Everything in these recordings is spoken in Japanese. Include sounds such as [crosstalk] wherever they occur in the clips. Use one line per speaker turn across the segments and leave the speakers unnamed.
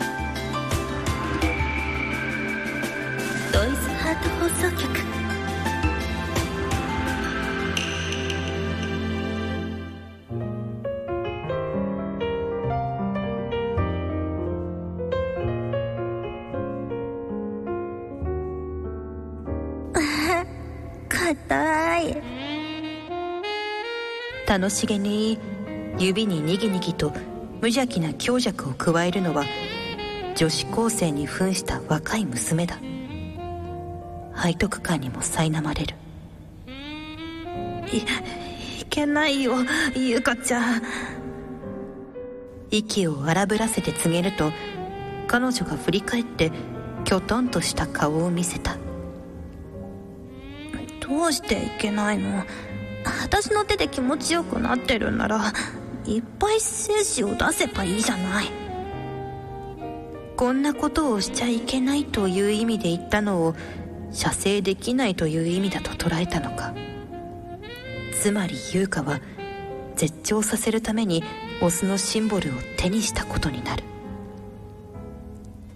[laughs] 硬い
楽しげに指ににぎにぎと無邪気な強弱を加えるのは女子高生に扮した若い娘だ背徳感にも苛まれる
いいけないよゆかちゃん
息を荒ぶらせて告げると彼女が振り返ってきょとんとした顔を見せた
どうしていけないの私の手で気持ちよくなってるんならいっぱい精子を出せばいいじゃない
こんなことをしちゃいけないという意味で言ったのを射精できないという意味だと捉えたのかつまり優香は絶頂させるためにオスのシンボルを手にしたことになる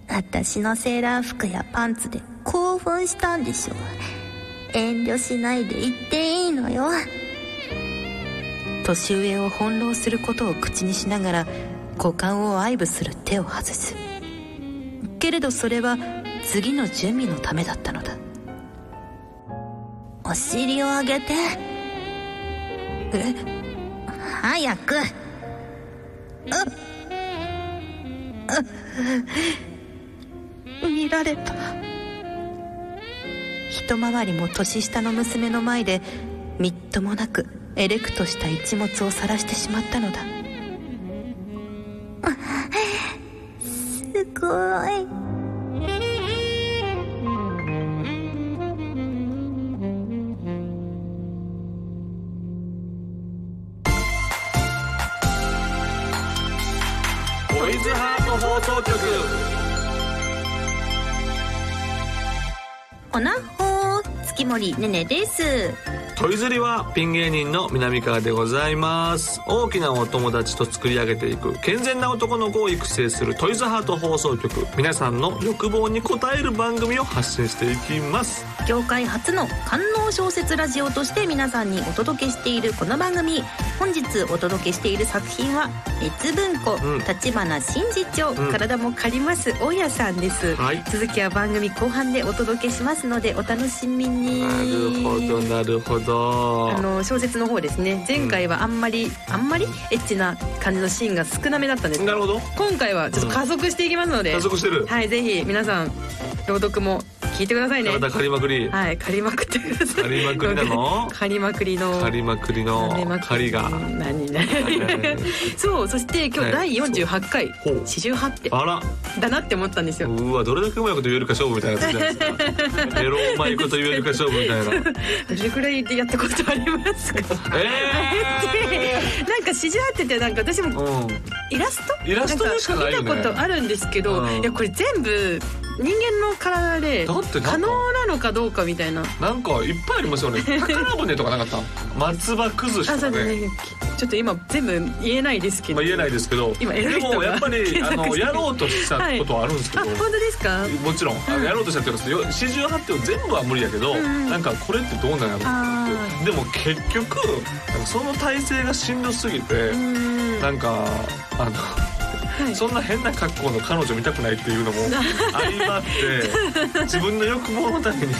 私のセーラー服やパンツで興奮したんでしょ遠慮しないで言っていいのよ
年上を翻弄することを口にしながら股間を愛撫する手を外すけれどそれは次の準備のためだったのだ
お尻を上げて
え
早くあ
っ見られた一回りも年下の娘の前でみっともなくエレクトした一物を晒してしまったのだ
すごい
トイズハート放送局
おなほー月森ねねです
トイズリはピン芸人の南川でございます大きなお友達と作り上げていく健全な男の子を育成するトイズハート放送局皆さんの欲望に応える番組を発信していきます
業界初の官能小説ラジオとして皆さんにお届けしているこの番組本日お届けしている作品は熱文庫
うん
立花真二長、
うん
体も借ります大家さんです、
はい
続きは番組後半でお届けしますのでお楽しみに
なるほどなるほど
あの小説の方ですね前回はあんまり、あんまりエッチな感じのシーンが少なめだったんです
なるほど
今回はちょっと加速していきますので、
加速してる
はいぜひ皆さん朗読も聞いてくださいね
体借りまくり
はい借りまくってください
借りまくりなの
借りまくりの
借りまくりの
金まく
借りが
何
[laughs]
何そうそして今
はい
日第48回
ほう
四十八って
あら
だなって思ったんですよ
うわどれだけうまいこと言えるか勝負みたいなやつじゃないです
[laughs]
かエロうまいこと言えるか勝負みたいな
どれくらいでやったことあります
[laughs]
か
え
なんか四十八ってなんか私
ー
も
う
イラスト
イラストでしかないよね
んか見たことあるんですけど、
うん
いやこれ全部人間の体で
だってなんか
可能なのかどうかみたいなあ
んなんかいっぱいありま
[laughs]
すよね宝船とかなかった松葉崩し
そう
と
で
か
す
ね
ねちょっと今全部言えないですけど、
まあ言えないですけど
今
で
偉い人が
もやっぱり
検
あの
索して
やろうとしたことはあるんですけ
あ
ど
本当ですか
もちろんあのやろうとしたってことです四十八点全部は無理やけど
ん
なんかこれってどうなんやろう
あ
ってでも結局なんかその体勢がしんどすぎて
うーん
なんかあの
はい
そんな変な格好の彼女見たくないってい
[laughs]
うのも相まって自分の欲望の
[laughs]
ために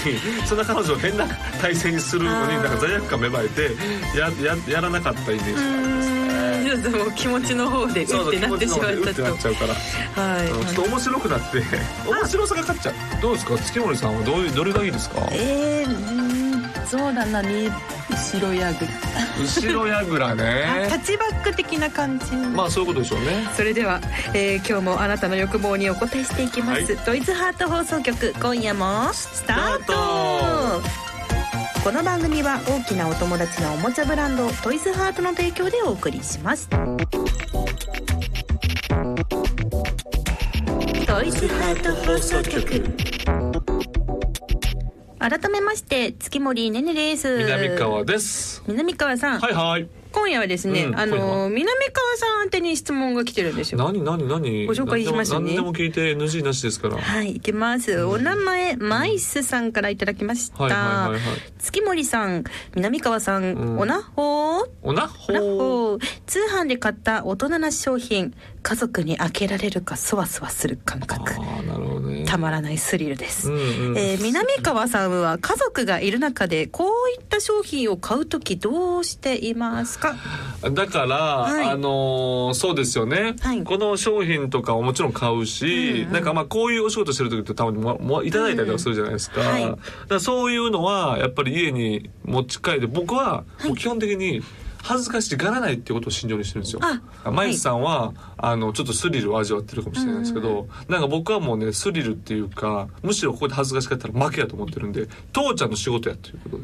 そんな彼女を変な体勢にするのに
あー
なんか罪悪感芽生えてやややらなかったイメージがありますね。
ちょっともう気持ちの方でう
そう
ってなってしま
気持ちの方で
っ
うっ
た
てなっ
と
ちゃうから、
はい
うんちょっと面白くなって面白さが勝っちゃうどうですか月森さんはどういうどれがいいですか
えー、そうだなね白やぐ
後ろやぐら
あタ
ね
ッチバック的な感じ
まあそういうことでしょうね
それでは、えー今日もあなたの欲望にお答えしていきます、ドイツハート放送局今夜もスタート
スター
この番組は大きなお友達のおもちゃブランドトイズハートの提供でお送りしますトイズハート放送局改めまして月森ねねです
南川です
南川さん、
はいはい
今今夜はですね、
うん
あ
今夜
の南川さん宛てに質問が来てるんですよ。
何何何
ご紹介しますね
何でも何でも聞いて NG なしですから。はい
はい、いきます。お名前、マイスさんからいただきました。
はいはいはい。
月森さん、南川さん、
うん
おなほー。
おな
おな
ほー。
ほー通販で買った大人な商品家族に開けられるかそわそわする感
あ
覚
あなるほどね。
たまらないスリルです、
うんうん。
えー南川さんは家族がいる中でこういった商品を買うときどうしていますか
だから、
い
あのーそうですよね、
はい
この商品とかをもちろん買うし、なんかまあこういうお仕事してる時ってたまにももいただいたりとかするじゃないですか,、
うんはい
だからそういうのはやっぱり家に持ち帰って僕はもう基本的に恥ずかしがらないっていうことを慎重にしてるんですよ。
あ
マイスさんは、あのちょっとスリルを味わってるかもしれないですけど、なんか僕はもうねスリルっていうかむしろここで恥ずかしかったら負けやと思ってるんで父ちゃんの仕事やということで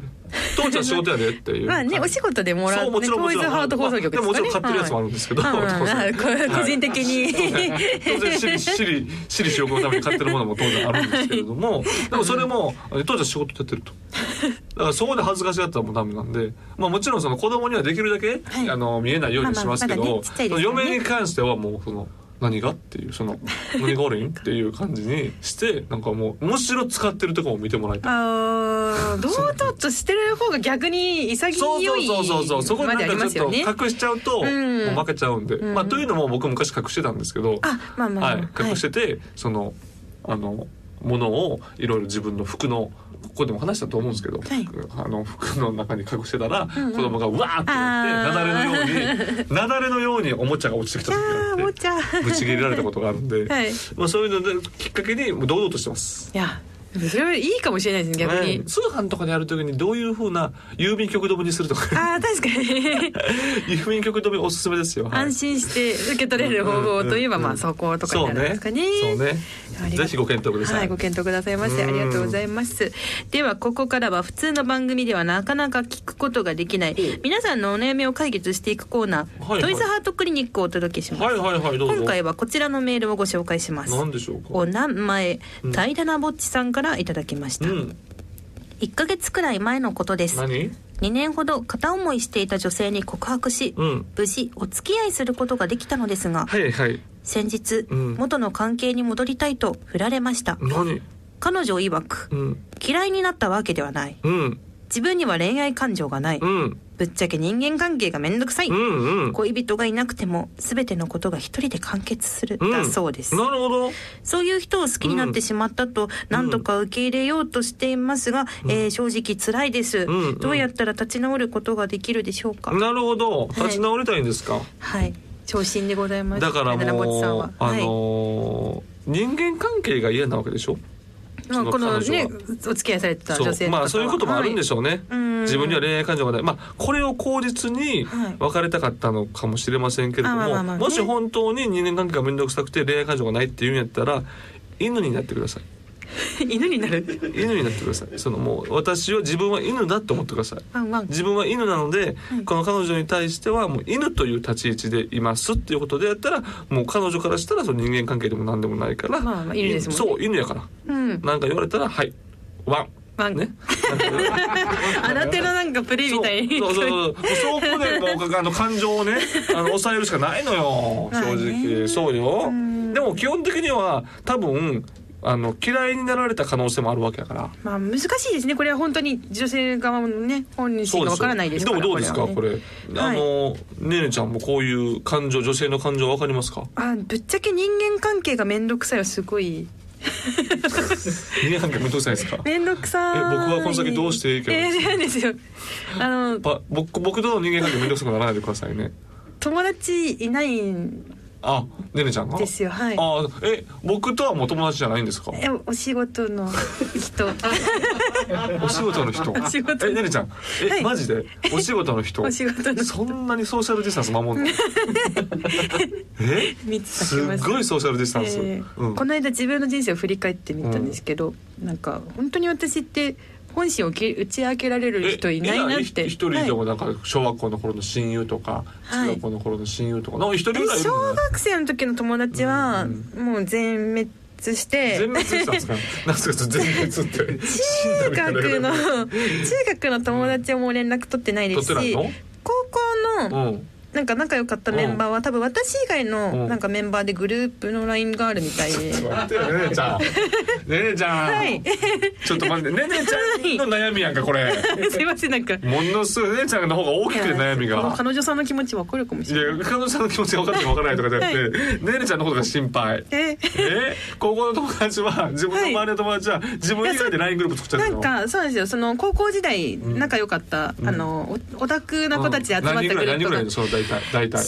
父ちゃんの仕事やでっていう
[laughs] まあね
感
お
じ
仕事でもら
そううもち
ね
ろんも
ト
ち
イ
ろん
ズハート放送局ですかね
まあでももちろん買ってるやつもあるんですけ [laughs] ど、
はい
当然
はいこれ個人的に
はい当然私利私利私利私欲のために買ってるものも当然あるんですけれども、でもそれも当時は仕事やってると。だからそこで恥ずかしがったらもうダメなんで、まあもちろんその子供にはできるだけ、
はい
あの見えないようにしますけど、
まあまあまだねちっちゃいですよね
嫁に関してはもうその。何がっていうその「何がおるん?」っていう感じにしてなんかもうむしろ使ってるとこも見てもらいたい
あー堂々としてる方が逆に潔い
そうそうそうそうそうそこ
まで
で
あり
な
ま
んか
す
ちょ
よ
っ
ね。
と隠しちゃうともう
うん
負けちゃうんで、
ん
まあというのも僕昔隠してたんですけど、
あまあまあ、
はい、隠してて、そのあのものをいろいろ自分の服のここでも話したと思うんですけど、
はい
あの服の中に隠してたら、
うん
子供がうわーってなって雪崩の
[laughs]
ように雪崩のようにおもちゃが落ちてきた時
あー
が
も
あ
う
っ
ちゃん。
[laughs] てぶち切れられたことがあるんで、
はい。い
まあそういうのできっかけに堂々としてます。
やそれはいいかもしれないですね逆に。
ね通販とかでやるときにどういうふうな郵便局止めにするとか
あー確かに
[laughs] 郵便局止めおすすめですよ、はい
安心して受け取れる方法といえば、
うんうん
ま
うん
あそことかになるんですかね。
そうね
あ
そう
りがとう
ねぜひご検討くださ、
はいい、ご検討くださいませ。あ
うん
りがとうございます。では、ここからは普通の番組ではなかなか聞くことができない、皆さんのお悩みを解決していくコーナー、
はいは
ト
い
イズハートクリニックをお届けします。
はいはいはいどうぞ
今回はこちらのメールをご紹介します。
何でしょうか
お名前
うん、
平らなぼっちさんからいただきまし
う
た。
ん
1ヶ月くらい前のことです。
何
2年ほど片思いしていた女性に告白し、
うん
無事お付き合いすることができたのですが、
はいはい
先日、
うん
元の関係に戻りたいと振られました。
何
彼女曰く
う、ん
嫌いになったわけではない
うん
自分には恋愛感情がない
うん
ぶっちゃけ人間関係がめんどくさい、
うんうん
恋人がいなくても全てのことが一人で完結する、
うん
だそうです
なるほど
そういう人を好きになってしまったと何とか受け入れようとしていますが、えー正直辛いです、
んうん
どうやったら立ち直ることができるでしょうか、
なるほど立ち直りたいんですか、
はい昇進でございます
だから
寺本さん
も
は
うあのー人間関係が嫌なわけでしょ
はいまあ、この
そ
ね
の彼女
お付き合いされてた女性の方は
そうまあそういうこともあるんで
し
しょうね、
うん
自分には恋愛感情がないまあこれを口実に
はい
別れたかったのかもしれませんけれども、
あまあまあまあね
もし本当に人間関係が面倒くさくて恋愛感情がないっていうんやったら犬になってください
ょ、 [laughs] はい、犬になる
犬になってくださいそのもう私は自分は犬だと思ってください
ワンワン
自分は犬なので、この彼女に対してはもう犬という立ち位置でいますっていうことでやったらもう彼女からしたらその人間関係でも何でもないから、
まあまあ犬ですもんね
そう犬やから
うん
なんか言われたらはいワン
ワン
ねなんか言われたら
新手のなんかプレイみたいに
そうそうそうそう。そこでもうあの感情
[laughs]
をね、あの抑えるしかないのよ。
まあ
正
ね
直そうよ。でも基本的には多分あの嫌いになられた可能性もあるわけだから。
[laughs] まあ難しいですねこれは本当に女性側のね本人
そう
が
よ
わからないです
で
から
もどうですか
はね
これ。あのねねちゃんもこういう感情、女性の感情わかりますか？
あぶっちゃけ人間関係が面倒くさいはすごい
人間関係面倒くさいですか？
面倒くさい
え僕はこの先どうしていいか
え違うんですよ
[laughs]
あの
ぱ僕僕との人間関係面倒くさくならないでくださいね。
友達いないん
あ、ねねちゃんが。
ですよはい
あ、え僕とはもう友達じゃないんですか？
えお仕事の
[laughs]
人
お仕事の人。
[laughs] お仕事
え、ねねちゃん。え、
はい
マジでお仕事の人。
お仕事の
そんなにソーシャルディスタンス守ん
[laughs]
のえ
密
す
避けま
っ
す
ごいソーシャルディスタンス。
えー
うん
この間自分の人生を振り返ってみたんですけど、なんか本当に私って本心をき打ち明けられる人いないなっ
え
て
一人
はい
でもなんか小学校の頃の親友とか、
はい
中学校の頃の親友とか、なんか一人ぐらいい
え
る
小
のね。
学生の時の友達は
うん
もう全滅して
全滅したんですか。なんすかそれ全滅って。
中
中
学の中学の友達はもう連絡取ってないですし
取ってないの
高校の [laughs]
うん
なんか仲良かったメンバーは多分私以外
う
の
ん
なんかメンバーでグループの LINE があるみたいで。
[laughs] 待ってよねねちゃんねねちゃん、
はい、
ちょっと待ってねねちゃんの悩みやんか
[laughs]
これ
すいませんなんか。
ものすごいねねちゃんの方が大きくて悩みが
彼女さんの気持ちわかるかもし
い
れない。[laughs]
や彼女さんの気持ちが分かっても分からないとかじゃなくて、ねねちゃんのことが心配
で
え高校の友達は自分の周りの友達は自分以外で LINE グループ作っちゃ
な
うの
んかそうなんですよその高校時代仲良かった、
ん
あのおオタクな子たちで集まった
何
グ
人ぐ
ル
らい
ー
何人
プ
ぐら
が
いその大体大体
45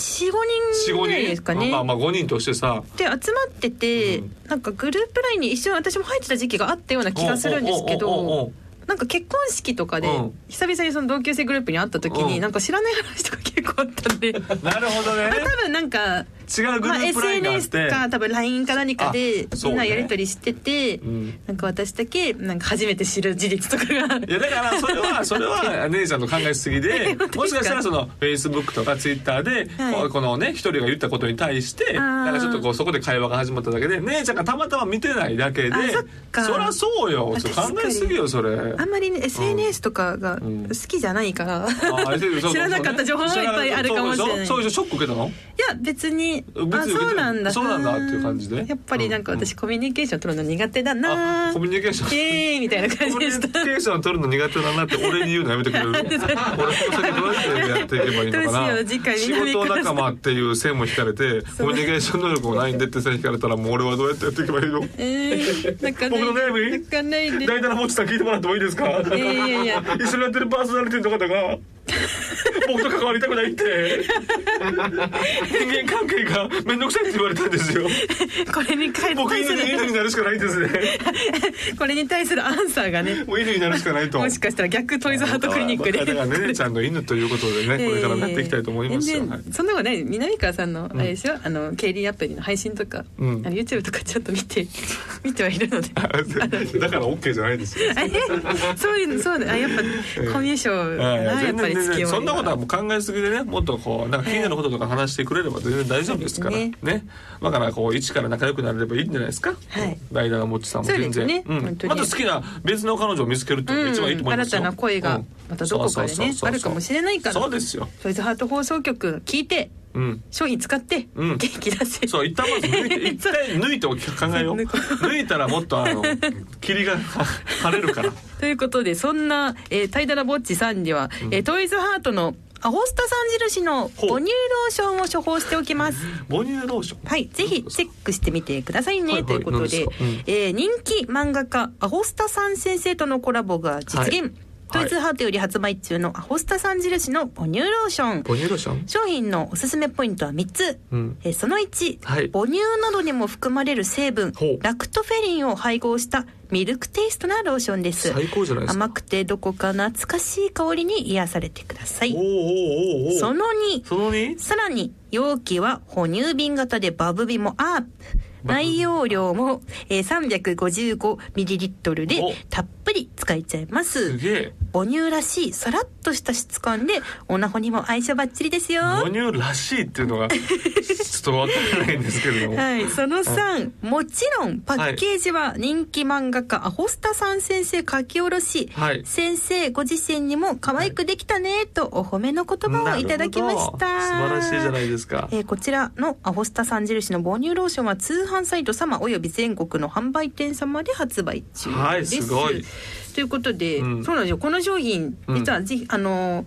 人
45
ぐらい
人
ですかね。
まあまあ5人としてさ
で集まってて、
うん
なんかグループラインに一瞬私も入ってた時期があったような気がするんですけ
おうおうおうおうお
ど
う
なんか結婚式とかで
うん
久々にその同級生グループに会った時
う
に
ん
なんか知らない話とか結構あったん
[laughs]
でまあ
なるほどね
多分なんか、
違うグ
まあ、
ループ LINE があっ
SNS
て、
か多分 LINE か何かで
あそう
み
ね
んなやり取りしてて、
うん
なんか私だけなんか初めて知る事実とかが
いやだからそれはそれは姉ちゃんの考えす
[laughs]
ぎでもしかしたらそのフェイスブックとかツイッターで
はい
こうこのね一人が言ったことに対して
あー
なんかちょっとこうそこで会話が始まっただけで姉ちゃんがたまたま見てないだけで
あそっか
そりゃそうよ
あ
それ考
確かに
えすぎよそれ。
あんまりね SNS とかが
ん
好きじゃないから、
あ
[laughs] 知らなかった情報がいっぱいあるかもしれない。
そうでしょショック受けたの
いや別に
別に
あそうなんだ
そうなんだっていう感じで
やっぱりなんか私
う
コミュニケーション取るの苦手だな
あコミュニケーション
イエーイみたいな感
コ
じ
ミュ
で
ニ
し
ケ
た
ーション取るの苦手だなって俺に言うのやめてくれ
[laughs]
る俺この先どうやってやっていけばいいのか
どうしよ
な
う次回
仕
南
事
から
仲間っていう線も引かれてコミュニケーション能力もないんでって線引かれたらもう俺はどうやってやっていけばいいの
えー、なんかない
僕の悩み
なんかないで
大体のもちさん聞いてもらってもいいですか
いやいやいや
一緒にやってるパーソナリティの方が僕と関わりたくないって人間関係がめんどくさいって言われたんですよ
これに対す
僕犬に犬に
る
なるしかないんですね
これに対するアンサーがね
もう犬になるしかないと
もしかしたら逆トイズハートクリニックで
だからねちゃんの犬ということでねこれからやっていきたいと思いますよ、
全然
はい
そんなことない南川さんのあれでしょ、あの経理アプリの配信とか、
うん
あの YouTube とかちょっと見て [laughs] 見てはいるので
だから OK じゃないですよ。
[laughs] あれそういうそうだあやっぱコミュ障
はい
だなやっ
全
ぱ
然
り
全
付き
然
合
そ
い
んなことはもう考えすぎでねもっとこうなんか気になることとか話してくれれば全然大丈夫ですから
はい
ねだからこう一から仲良くなれればいいんじゃないですか
はい
代打のもちさんも全
そう
然
ですね
ん
本当に
また好きな別の彼女を見つけるっていうのが一番いいと思いますよ
うん新たな恋が
うん
またどこかでね
そうそうそうそう
あるかもしれないから
そうですよ
トイズハート放送局聞いて
うん
商品使って
うん
元気出せ、
そう一旦まず抜い
[laughs]
て一回抜いておき考えよ
そ
う
う
抜いたらもっとあ
[laughs]
の霧が晴れるから
ということでそんな、えー、タイダラボッチさんには、えートイズハートのアホスタさん印の
ほ
母
う
乳ローションを処方しておきます
母乳ローション
はい、ぜひチェックしてみてくださいね、
はいはい
ということで、
何ですかうん
えー人気漫画家アホスタさん先生とのコラボが実現、
はい
トイズハートより発売中のアホスタさん印の母乳ローション
母乳ローション
商品のおすすめポイントは3つ、
うん
えーその1、
はい
母乳などにも含まれる成分
ほう
ラクトフェリンを配合したミルクテイストなローションです
最高じゃないですか
甘くてどこか懐かしい香りに癒されてくださ
お
い
ーおーおーおー
その2
その2
さらに容器は哺乳瓶型でバブビもアップ内容量も、えー、355ml で
お
たっぷり使えちゃいます
すげえ
母乳らしいさらっとした質感でおなほにも相性バッチリですよ
母乳らしいっていうのがちょっとわからないんですけれども、
はい、その3、もちろんパッケージは人気漫画家アホスタさん先生書き下ろし、
はい
先生ご自身にも可愛くできたねとお褒めの言葉をいただきました。
なるほど素晴らしいじゃないですか
えーこちらのアホスタさん印の母乳ローションは通販サイト様および全国の販売店様で発売中です。
はいすごい
ということで、
うん
そうなんですよこの商品、
うん
実はぜひあのー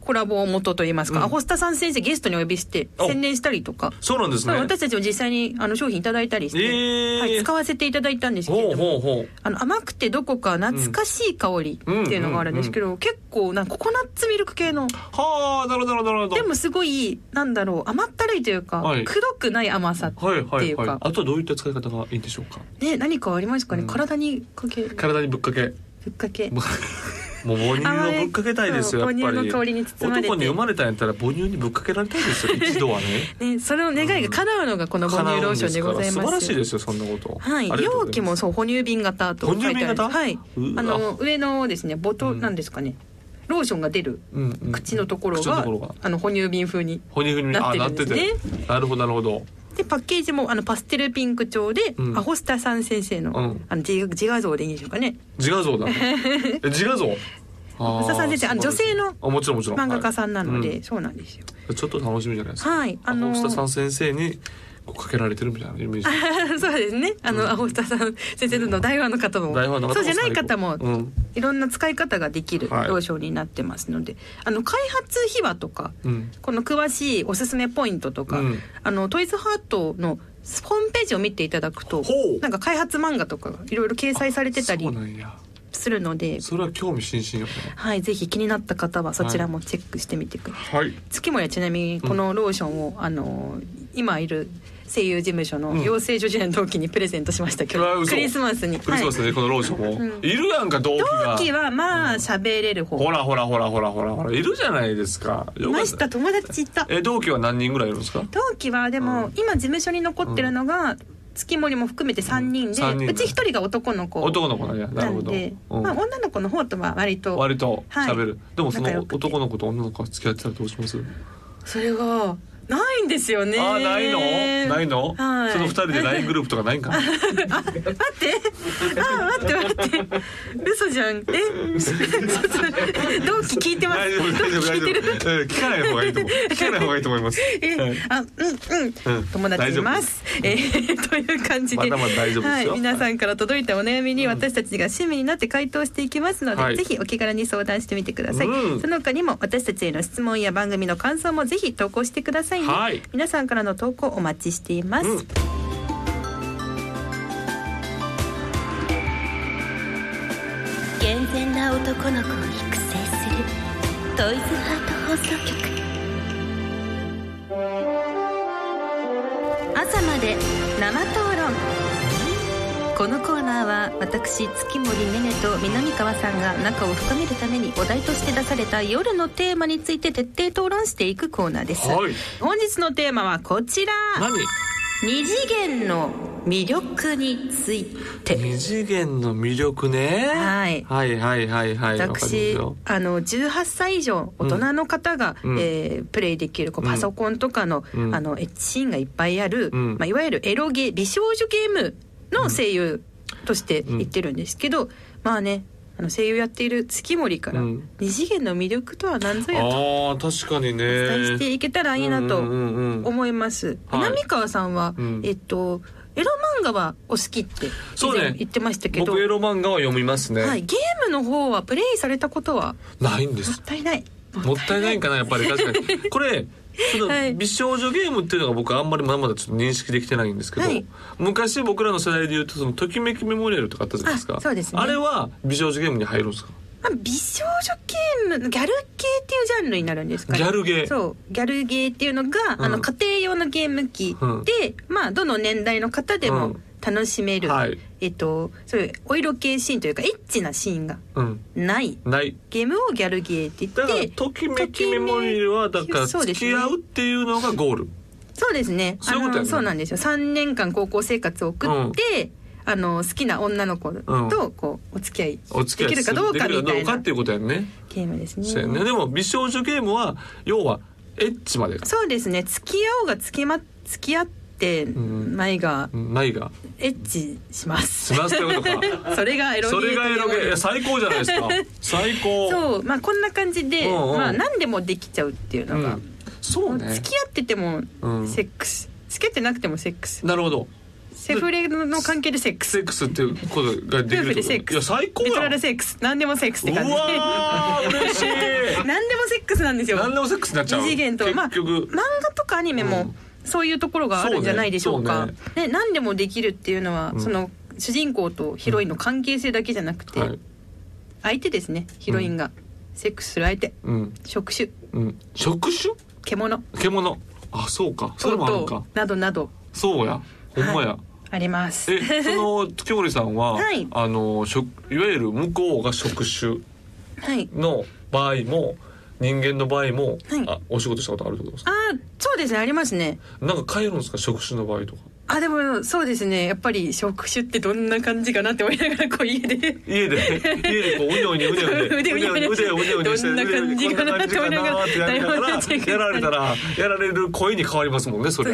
コラボ元といいますか、
うん
アホスタさん先生ゲストにお呼びして
お
宣伝したりとか、
そうなんです
まあ
ね
私たちも実際にあの商品いただいたりして、
えー
はい、使わせていただいたんですけれ
ほ
ど
う
も
ほうほう
あの甘くてどこか懐かしい香りっていうのがあるんですけど、結構なんかココナッツミルク系の
はあなるほどなるほどなるほ
で
ど
もすごいなんだろう甘ったるいというか、
はい
くどくない甘さって
はいはいいうはい
か、
あとはどういった使い方がいいんでしょうか
ね何かありますかね、
うん
体にかけぶ
体にぶっかけ
っかけ
[laughs] もうもう母乳をぶっかけたいですよや
甘
っ
い
ぱ
そう母乳
り
の香りに包まれて
男に生まれたんやったら母乳にぶっかけられた
[laughs]
いですよ一度はね
ねそれの願いが叶うのがこの母乳ローションでございます
叶うんですから素晴らしいですよそんなこと
はい、
ありがとうござい
容
ます
器もそう哺乳瓶型と書いてあるんです
哺乳瓶型
はいう
わ
あの上のですねボト
う
ル
ん
なんですかね、ローションが出る
うんうん
口のところ
口の
が,、
ところが
あの哺乳瓶風に
哺乳に
な
あ
って
な
る
っ
ん
て
です
て
ね
なるほどなるほど
でパッケージもあのパステルピンク調で、
うん
アホスタさん先生の,、
うん
[laughs] あの自画自画像でいいんでしょうかね
自画像だえ自画像あー
増田さん全然あの
そう
女
です
性の
あもちろんもちろん
漫画家さんなので、
はい
そうなんですよ
うんちょっと楽しみじゃないですか
はいあ
あの
の
下さん先生にこうかけられてるみたいなイメー
[laughs]
ジ
そうですねあの、アホスタさん先生の大ファンの方も
台本の方も
そうじゃない
最
方
高
も、
うん
いろんな使い方ができる
はい
文章になってますので、あの開発秘話とか
うん
この詳しいおすすめポイントとか、
うん
あのトイズハートのホームページを見ていただくと
ほう
なんか開発漫画とかがいろいろ掲載されてたり
そうなんや
するので、
それは興味津々よね
はい、ぜひ気になった方はそちらもチェックしてみてください。
はい
月森はちなみにこのローションを、あの今いる声優事務所の養成所時代の同期にプレゼントしましたけ
うわ
ど、
嘘
クリスマスに。
クリスマス
はい
で、このローションも、
うん
いるやんか同期が
同期はまあ喋れる方。
ほらほらほらほらほらほらいるじゃないですか
い
よか
ま
っ
した友達いた。
え同期は何人ぐらいいるんですか
同期はでも、
うん
今事務所に残ってるのが、月森も含めて3人で、
うん三人
うち1人が男の子
男の子なんやな
な
るほ
ん
ど、
で、
うん
まあ、女の子の方とは割と
割と喋る、でもそ
仲
の
良くて
男の子と女の子が付き合ってたらどうします、
それがないんですよね
あーないのないの、
はい
その二人で LINE グループとかな
[laughs]
いんかな
待って、あー、待って待って、嘘じゃん。え、 [laughs] 同期聞いてます。
大丈夫大丈
同期
夫大丈
聞いてる。
夫、うん聞かない方がいい
[laughs]
と思う聞かない方がいいと思います
え、
はい
あ、うんうん。
うん
友達います。え [laughs] ーという感じで、
まだまだ大丈夫ですよ
はい、皆さんから届いたお悩みに私たちが親身になって回答していきますので、
はい
ぜひお気軽に相談してみてください。
うん
その他にも私たちへの質問や番組の感想もぜひ投稿してくださいね。
はい
皆さんからの投稿お待ちしています。
うん
健全な男の子を育成するトイズハート放送局
朝まで生討論このコーナーは私月森ねねと南川さんが仲を深めるためにお題として出された夜のテーマについて徹底討論していくコーナーです、
はい
本日のテーマはこちら
何
二次元の魅力について
二次元の魅力ね
はい
はいはいはいはいわかります
私
よ
あの18歳以上大人の方が、
うん
えープレイできるこう
うん
パソコンとかの,、
うん
あのエッチシーンがいっぱいある、
うん
まあ、いわゆるエロゲー美少女ゲームの声優として言ってるんですけど、まあねあの声優やっている月森から、
うん
二次元の魅力とは何ぞやと
あー確かにね
お伝えしていけたらいいな
うんう
と
んうんうん
思います。
はい
南川さんは、
うん
えっとエロ漫画はお好きって以
そう
前
ね
言ってましたけど、
僕エロ漫画は読みますね、
はい、ゲームの方はプレイされたことは
ないんで
もっ
す
たいない。
もったいないんかなやっぱり確かにこれその
はい
美少女ゲームっていうのが僕あんまりまだまだちょっと認識できてないんですけど、
はい
昔僕らの世代で言うとそのときめきメモリアルとかあったじゃないですか
あそうですね
あれは美少女ゲームに入るんですか
まあ美少女ゲームギャル系っていうジャンルになるんですかね
ギャルゲー
そうギャルゲーっていうのが、
うん
あの家庭用のゲーム機
うん
で、まあどの年代の方で
う
も
ん
楽しめる、
はい
えっとそういうお色系シーンというかエッチなシーンが
うん
ない
ない
ゲームをギャルゲーって言
だから
って
ときめきメモリアルはだから
そう
付
です
き
ね
合うっていうのがゴール
そうですね
そういうことや
あ
ね
のそうなんですよ3年間高校生活を送って、あの好きな女の子とこうお付き合い
お付
でき
き合い
る
す
か
る
どうか
で
み
きるか
た
どう
い
かっ
な
ていうことやんね
ゲームです
そうやねでも美少女ゲームは要はエッチまで
そうですね付き合おうが付き,、ま、付き合って
ん
ないが
うんないが
エッチします、
しますってこと
[laughs]
か
それがエロゲ
そ
ー
れがエロゲーいや
と
最高じゃないですか最高
呼ばれ [laughs] るそうまあこんな感じで、
うんうん
まあ、何でもできちゃうっていう
う
のが、
んそうね
付き合ってても
うん
セックス、付き合ってなくてもセックス
なるほど
セフレの関係でセックス
セックスっていうことが
夫
できる
婦
っ
で
てこ
セック
と
ス
いや最高
リト
や
ラ
ん
ルセックス何でもセックスって感
う
じで
わー嬉しい
[laughs] 何でもセックスなんですよ
何でもセックスになっちゃう
二次元とまあ
結局
漫画とかアニメ
う
も
ん
そういうところがあるんじゃないでしょう
そう
か。
ね
ね何でもできるっていうのは、
うん
その主人公とヒロインの関係性だけじゃなくて、
はい
相手ですねヒロインが、セックスする相手
うん
職種
うん職種
獣
獣あそうかそれもあるんか
などなど
そうやほんまや、
あります。
えその月森さんは、
[laughs] はい
あの職いわゆる向こうが職種
[laughs] はい。
の場合も人間の場合も、
はい
あお仕事したことあるってことです
あ
か
ーそうですねありますね。
なんか変えるんですか職種の場合とか
あでもそうですねやっぱり職種ってどんな感じかなって思いながらこう家で。
家で家でこううねうねうねうね
うねうね
うねうねうねうねうねして
どんな感じかなって思いながら
こんな感じかなってやりながらやられたらやられる声に変わりますもんねそれ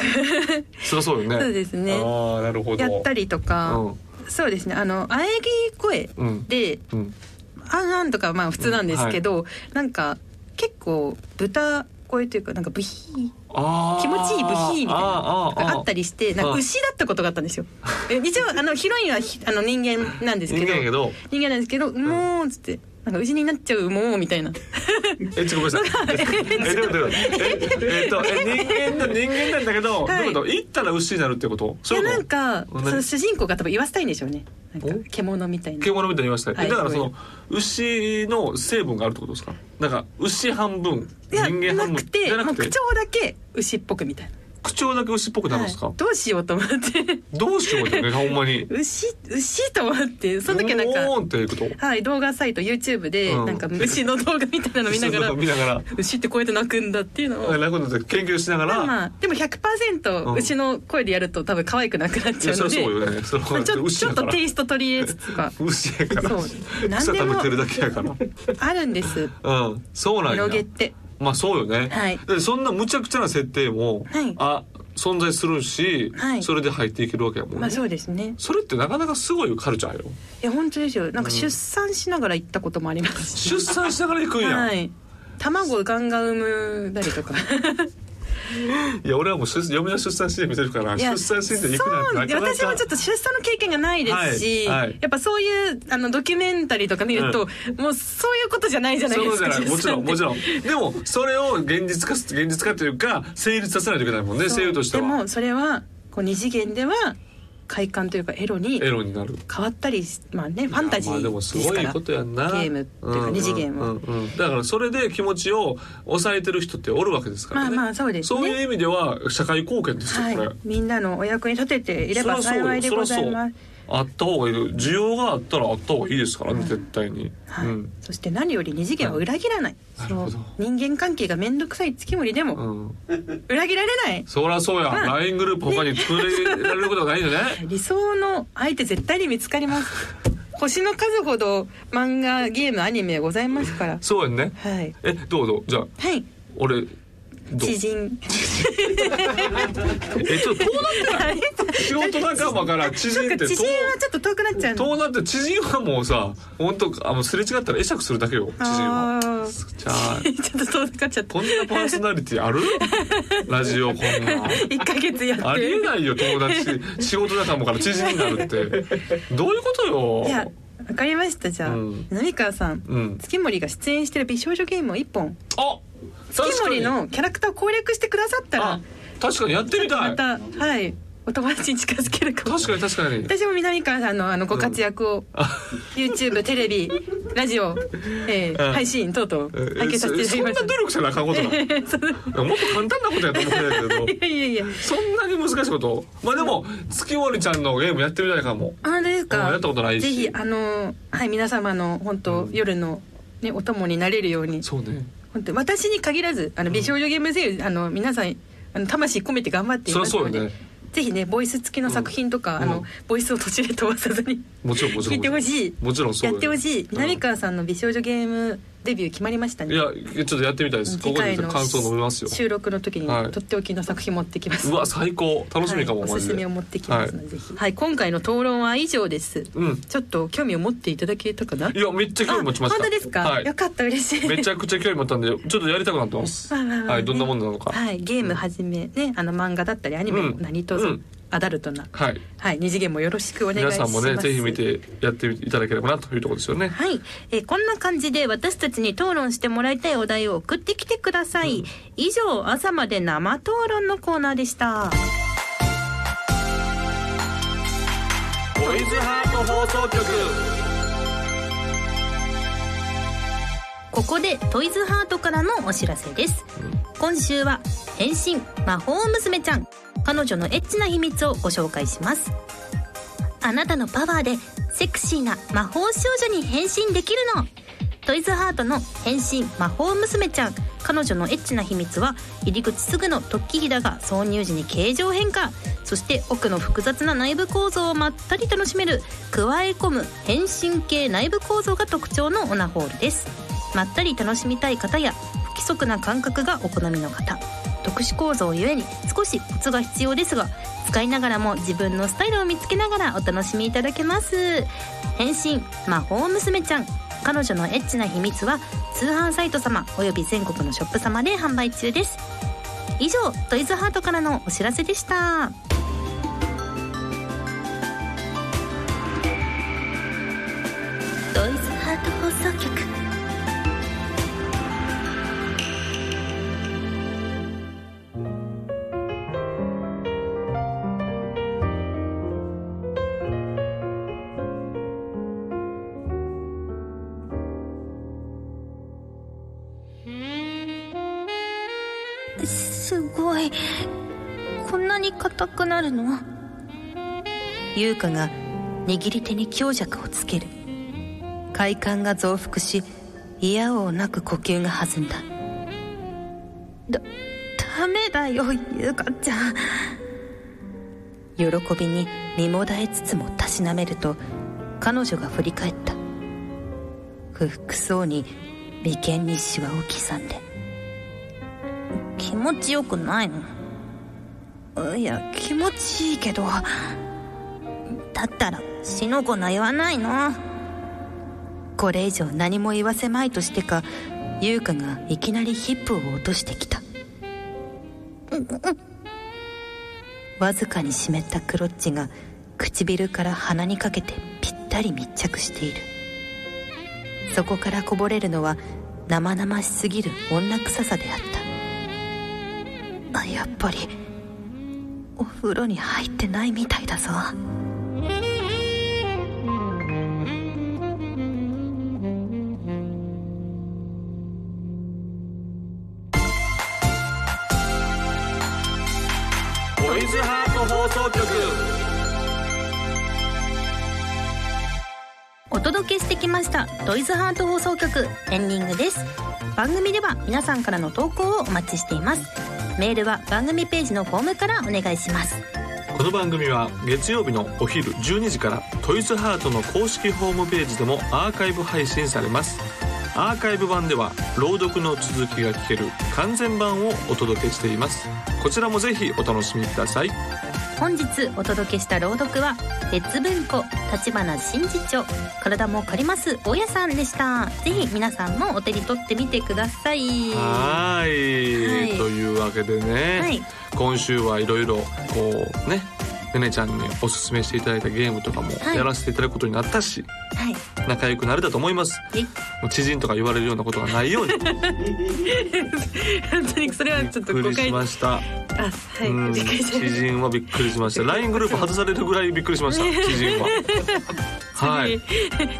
そりゃそうよね
そうですね
ああなるほど
やったりとか、
うん
そうですねあの喘ぎ声
うん
で、
うん
「あんあん」とかまあ普通なんですけど、なんか結構豚声というかなんかブヒー
あー
気持ちいいブヒーみたいな
あーあーあー
あったりしてなんか
はい
牛だったことがあったんですよ。え一応あのヒロインはひあの人間なんですけ
人
ど
間やけど
人間なんですけど「もう」っつって「なんか牛になっちゃうもう」みたいな [laughs]
えちょごめんなさいえどういうことどういうことええっとえ人間の人間なんだけ
は
ど、
い
どういうこと行ったら牛になるってこと
い
そうい
やな
うこと
んか
何
その主人公が多分言わせたいんでしょうねなん
お
か獣みたいな
獣みたいに言いましたね、
はい
えだからそ
そう
の牛の成分があるってことですかなんか牛半分
い
人
や
間半
な
分
くて
じゃな
もう
くて
口調だけ牛っぽくみたいな
口調だけ牛っぽくなるんですか、
はいどうしようと思って
どうしようってねほんまに
牛牛と思って [laughs] その時はなん
お
か
ーんっていうこと
はい動画サイト YouTube で
うん
なんか虫の動画みたいなの見
[laughs]
ながら
見なが
牛ってこうやって鳴くんだっていうの
ら
を
楽だって研究しながら、
まあでも100%牛の声でやると多分可愛くなくなっ
い
ちゃ
や
う
そ
の
りゃ
で
そうよねそれ
まあち
だって
ょ
牛
ちょ
や
っ
か
と
ら
テイスト取り入れつつとか
牛やから
そう
[laughs] 草
何で
食
も
べてるだけやから
あるんです
うんそうなんや
広げて
まあそうよね、
はい
でそんなむちゃくちゃな設定も、
はい
あ存在するし、
はい
それで入っていけるわけやもんね、
まあそうですね
それってなかなかすごいカルチャーよ
いや本当ですよなんか
うん
出産しながら行ったこともありますし
出産しながら行くんやん、、
はいい卵ガンガン産むだりとか
や俺はもう出嫁の出産シーン見てるから
いや
出産シーンで行くなんて
そう
な
で
かなか
私もちょっと出産の経験がないですし、
はいはい
やっぱそういうあのドキュメンタリーとか見ると、もうそういうことじゃないじゃない
そうい
で
うこ
す
とじ
か
ゃ
[laughs]
ないもちろんもちろんでもそれを現実化す現実化というか成立させないといけないもんね
そう
声優として
で
は
もそれはこう二次元では快感というかエロに
エロになる
変わったりしまあねファンタジ
いやまあで
ー
も
ですす
ご
か
い
ら
ことやんな
ゲームっていうか二次元は
うんうんうんだからそれで気持ちを抑えてる人っておるわけですからね
まあまあそうですね
そういう意味では社会貢献ですよこれ、
はいみんなのお役に立てていれば
そらそうよ
幸いでございます
あった方がいい需要があったらあった方がいいですからね、絶対に、
はい
うん
そして何より二次元は裏切らない、
はい
そ
な
の
るほ
人間関係が面倒くさい月森で
う
も
ん、
裏切られない、
そりゃそうや、
まあ
LINE グループ他に作られることがないよね
理想の相手絶対に見つかります
[laughs]
星の数ほど漫画ゲームアニメございますから
そうやんね
はい
えどうぞじゃあ
はい
俺どう
知人 [laughs]
えちょっと遠なってない仕事仲間から知
な
人
ん
っ
か
て
知人はちょっと遠くなっちゃう
遠
の
なって知人はもうさ本当あのすれ違ったら会釈するだけよ知人は
あー [laughs]
じゃあ
ちょっと遠くなっちゃった
こんなパーソナリティあるラジオこんな
一ヶ月やっ
ありえ
て
ないよ友達
[laughs]
仕事仲間から知人になるってどういうことよ
いやわかりましたじゃあ、
うん
浪川さん、
うん
月森が出演してる美少女ゲームを一本
あ
月
確か
森
に
のキャラクターを攻略してくださったら
あ確かにやってみた
ま
い
たはいお友達に近づけるかも
確かに確かに
私も南川さんのあのご活躍を、
あ
YouTube テレビラジオ、えー
うん
配信等々
ええ
拝見さ
そ
せ
そ
ていただき
んな
ました
努力せなあか
[laughs]
んことない
えーそう
やもっと簡単なことやと思ってたけど
いやいやいや
そんなに難しいことまあでも月森ちゃんのゲームやってみたいかも
あ本当ですか
うんやったことないし
ぜひあのーはい皆様の本当、
うん
夜のねお供になれるように
そうね
本当私に限らずあの美少女ゲーム声優、あの皆さんあの魂込めて頑張ってい
そ
ま
りゃ
す
そう
の
よ
で、
ね
ぜひねボイス付きの作品とか、
うん
あ
う
の
ん
ボイスを途中で飛ばさずに
もちろんもちろ
聞
ん
いてほしい
もちろんそう
や
よ
ってほしい
うん
南川さんの美少女ゲームデビュー決まりました
い
ね
やちょっとやってみたいですこ
次
こで
回の
感想飲みますよ
収録の時に
はい
とっておきの作品持ってきます
うわ最高楽しみかも、
はい、
マ
お
ジ
す
です
めを持ってきますので、ぜひはい今回の討論は以上です
うん
ちょっと興味を持っていただけたかない
やめっちゃ興味持ちました
あ本当ですか、
はい
よかった嬉しい
めちゃくちゃ興味持ったんでちょっとやりたくなっ
[laughs]
てます
まあまあまあ
はいどんなもんなのか
はい、ゲームはじめね、あの漫画だったりアニメも
うん
何とぞ、
うん
アダルトな、
はい
はい、二次元もよろしくお願いしま
皆
す。
さんもねぜひ見てやっていただければなというところですよね
はい、えーこんな感じで私たちに討論してもらいたいお題を送ってきてください。以上、朝まで生討論のコーナーでした。
ボイズハート放送局
ここでトイズハートからのお知らせです今週は変身魔法娘ちゃん彼女のエッチな秘密をご紹介しますあなたのパワーでセクシーな魔法少女に変身できるのトイズハートの変身魔法娘ちゃん彼女のエッチな秘密は入り口すぐの突起ひだが挿入時に形状変化そして奥の複雑な内部構造をまったり楽しめる加え込む変身系内部構造が特徴のオナホールですまったり楽しみたい方や不規則な感覚がお好みの方特殊構造ゆえに少しコツが必要ですが使いながらも自分のスタイルを見つけながらお楽しみいただけます変身魔法娘ちゃん彼女のエッチな秘密は通販サイト様および全国のショップ様で販売中です以上トイズハートからのお知らせでした
トイズハート放送局すごいこんなに硬くなるの
優香が握り手に強弱をつける快感が増幅し嫌をなく呼吸が弾んだ
ダメだよゆかちゃん
喜びに身もだえつつもたしなめると彼女が振り返った不服そうに眉間にシワを刻んで
気持ちよくないのいや気持ちいいけどだったら死の子の言わないの
これ以上何も言わせまいとしてか優香がいきなりヒップを落としてきたわずかに湿ったクロッチが唇から鼻にかけてぴったり密着しているそこからこぼれるのは生々しすぎる女臭さであったあやっぱりお風呂に入ってないみたいだぞ
トイズハート放送局
お届けしてきましたトイズハート放送局エンディングです番組では皆さんからの投稿をお待ちしていますメールは番組ページのフォームからお願いします
この番組は月曜日のお昼12時からトイズハートの公式ホームページでもアーカイブ配信されますアーカイブ版では朗読の続きが聞ける完全版をお届けしていますこちらもぜひお楽しみください
本日お届けした朗読は鉄文庫立花真二長体も借ります大家さんでしたぜひ皆さんもお手に取ってみてください
はーい
はい
というわけでね、
はい
今週はいろいろこうねねねちゃんにおすすめしていただいたゲームとかも
はい
やらせていただくことになったし、
はい
仲良くなれたと思います
え [laughs]
もう知人とか言われるようなことがないように
本当にそれは [laughs] ちょっと
びっく
誤
りし
解
ました、
あは
うん
い理解し
知人はびっくりしました LINE グループ外されるぐらいびっくりしました
[laughs]
知人ははい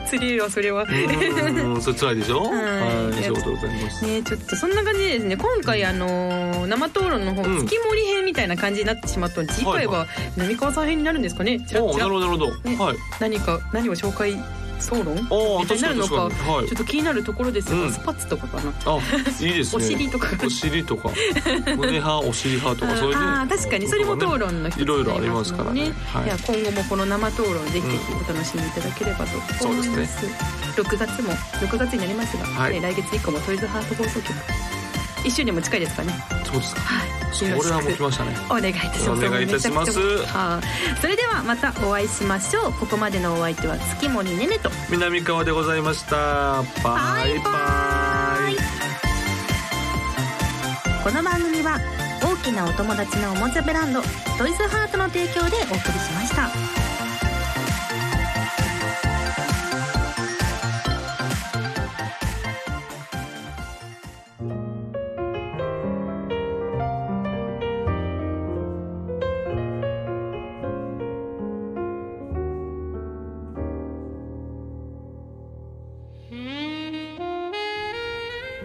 釣りはそれは
うんそれ辛いでしょ
い
はいそういうことでございます
ねちょっとそんな感じでですね今回あのー生討論の方、
うん
月森編みたいな感じになってしまったので次
は
回
いは
は浪川さん編になるんですかねちら
お
ち
ーな
ら
るほどなるほど、
ね
はい
何か何を紹介討論ちょ
おー
み
確
た
か
いに
に
なる
確
の
か
か
にはい
っと気になるところですが、
うん
スパッツとかかな
あいいです
お
ね
尻とかが
お尻とか胸派お尻派とかそういう
あー
ね
確かにそれも討論の一つ
いろいろありますからね
になりますもん
はい
いや今後もこの生討論ぜひぜひお楽しみいただければと思います,、
うんそうです
6月も6月になりますが、
はい
ね来月以降もトイズハート放送局1周年も近いですかね
そうですか
はい
それ
よろしく
はもう来ましたね
お願いいたします
お願いいたします
めちゃくちゃあーそれではまたお会いしましょうここまでのお相手は月森ねねと
南川でございましたバイバイ
この番組は大きなお友達のおもちゃブランドトイズハートの提供でお送りしました。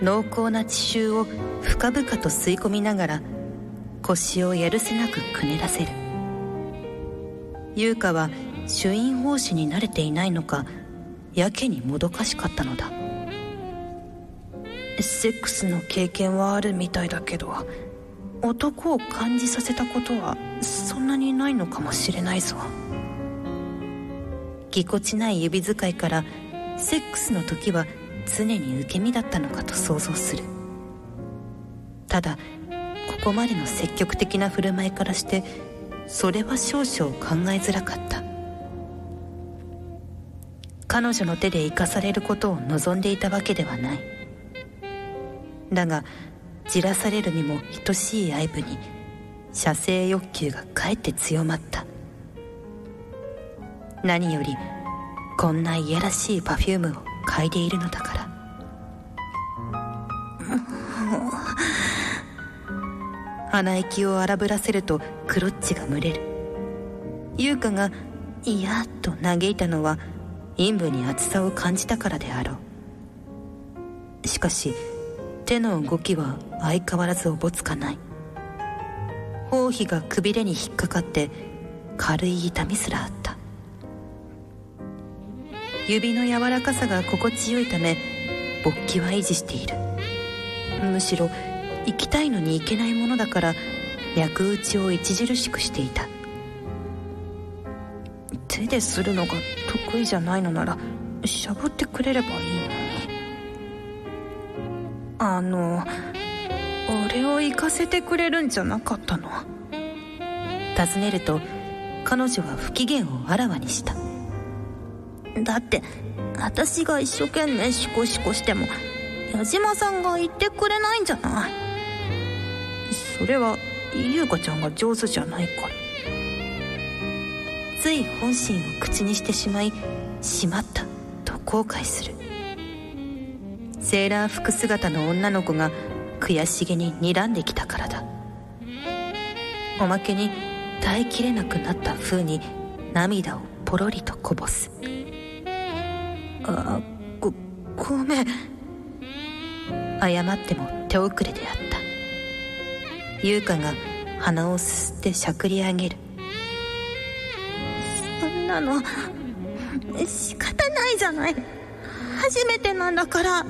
濃厚な血臭を深々と吸い込みながら腰をやるせなくくねらせる優香は朱印奉仕に慣れていないのかやけにもどかしかったのだ
セックスの経験はあるみたいだけど男を感じさせたことはそんなにないのかもしれないぞ
ぎこちない指使いからセックスの時は常に受け身だったのかと想像するただここまでの積極的な振る舞いからしてそれは少々考えづらかった彼女の手で生かされることを望んでいたわけではないだがじらされるにも等しい愛部に射精欲求がかえって強まった何よりこんないやらしいパフュームを嗅いでいるのだから [laughs] 鼻息を荒ぶらせるとクロッチが群れる優香が「いや」と嘆いたのは陰部に熱さを感じたからであろうしかし手の動きは相変わらずおぼつかない包皮がくびれに引っかかって軽い痛みすらあった指の柔らかさが心地よいため勃起は維持しているむしろ行きたいのに行けないものだから脈打ちを著しくしていた
手でするのが得意じゃないのならしゃぶってくれればいいのにあの俺を行かせてくれるんじゃなかったの
尋ねると彼女は不機嫌をあらわにした
だって私が一生懸命シコシコしても矢島さんが言ってくれないんじゃないそれは優香ちゃんが上手じゃないから
つい本心を口にしてしまいしまったと後悔するセーラー服姿の女の子が悔しげに睨んできたからだおまけに耐えきれなくなった風に涙をポロリとこぼす
あごごめん
謝っても手遅れであった優香が鼻をすすってしゃくり上げる
そんなの仕方ないじゃない初めてなんだから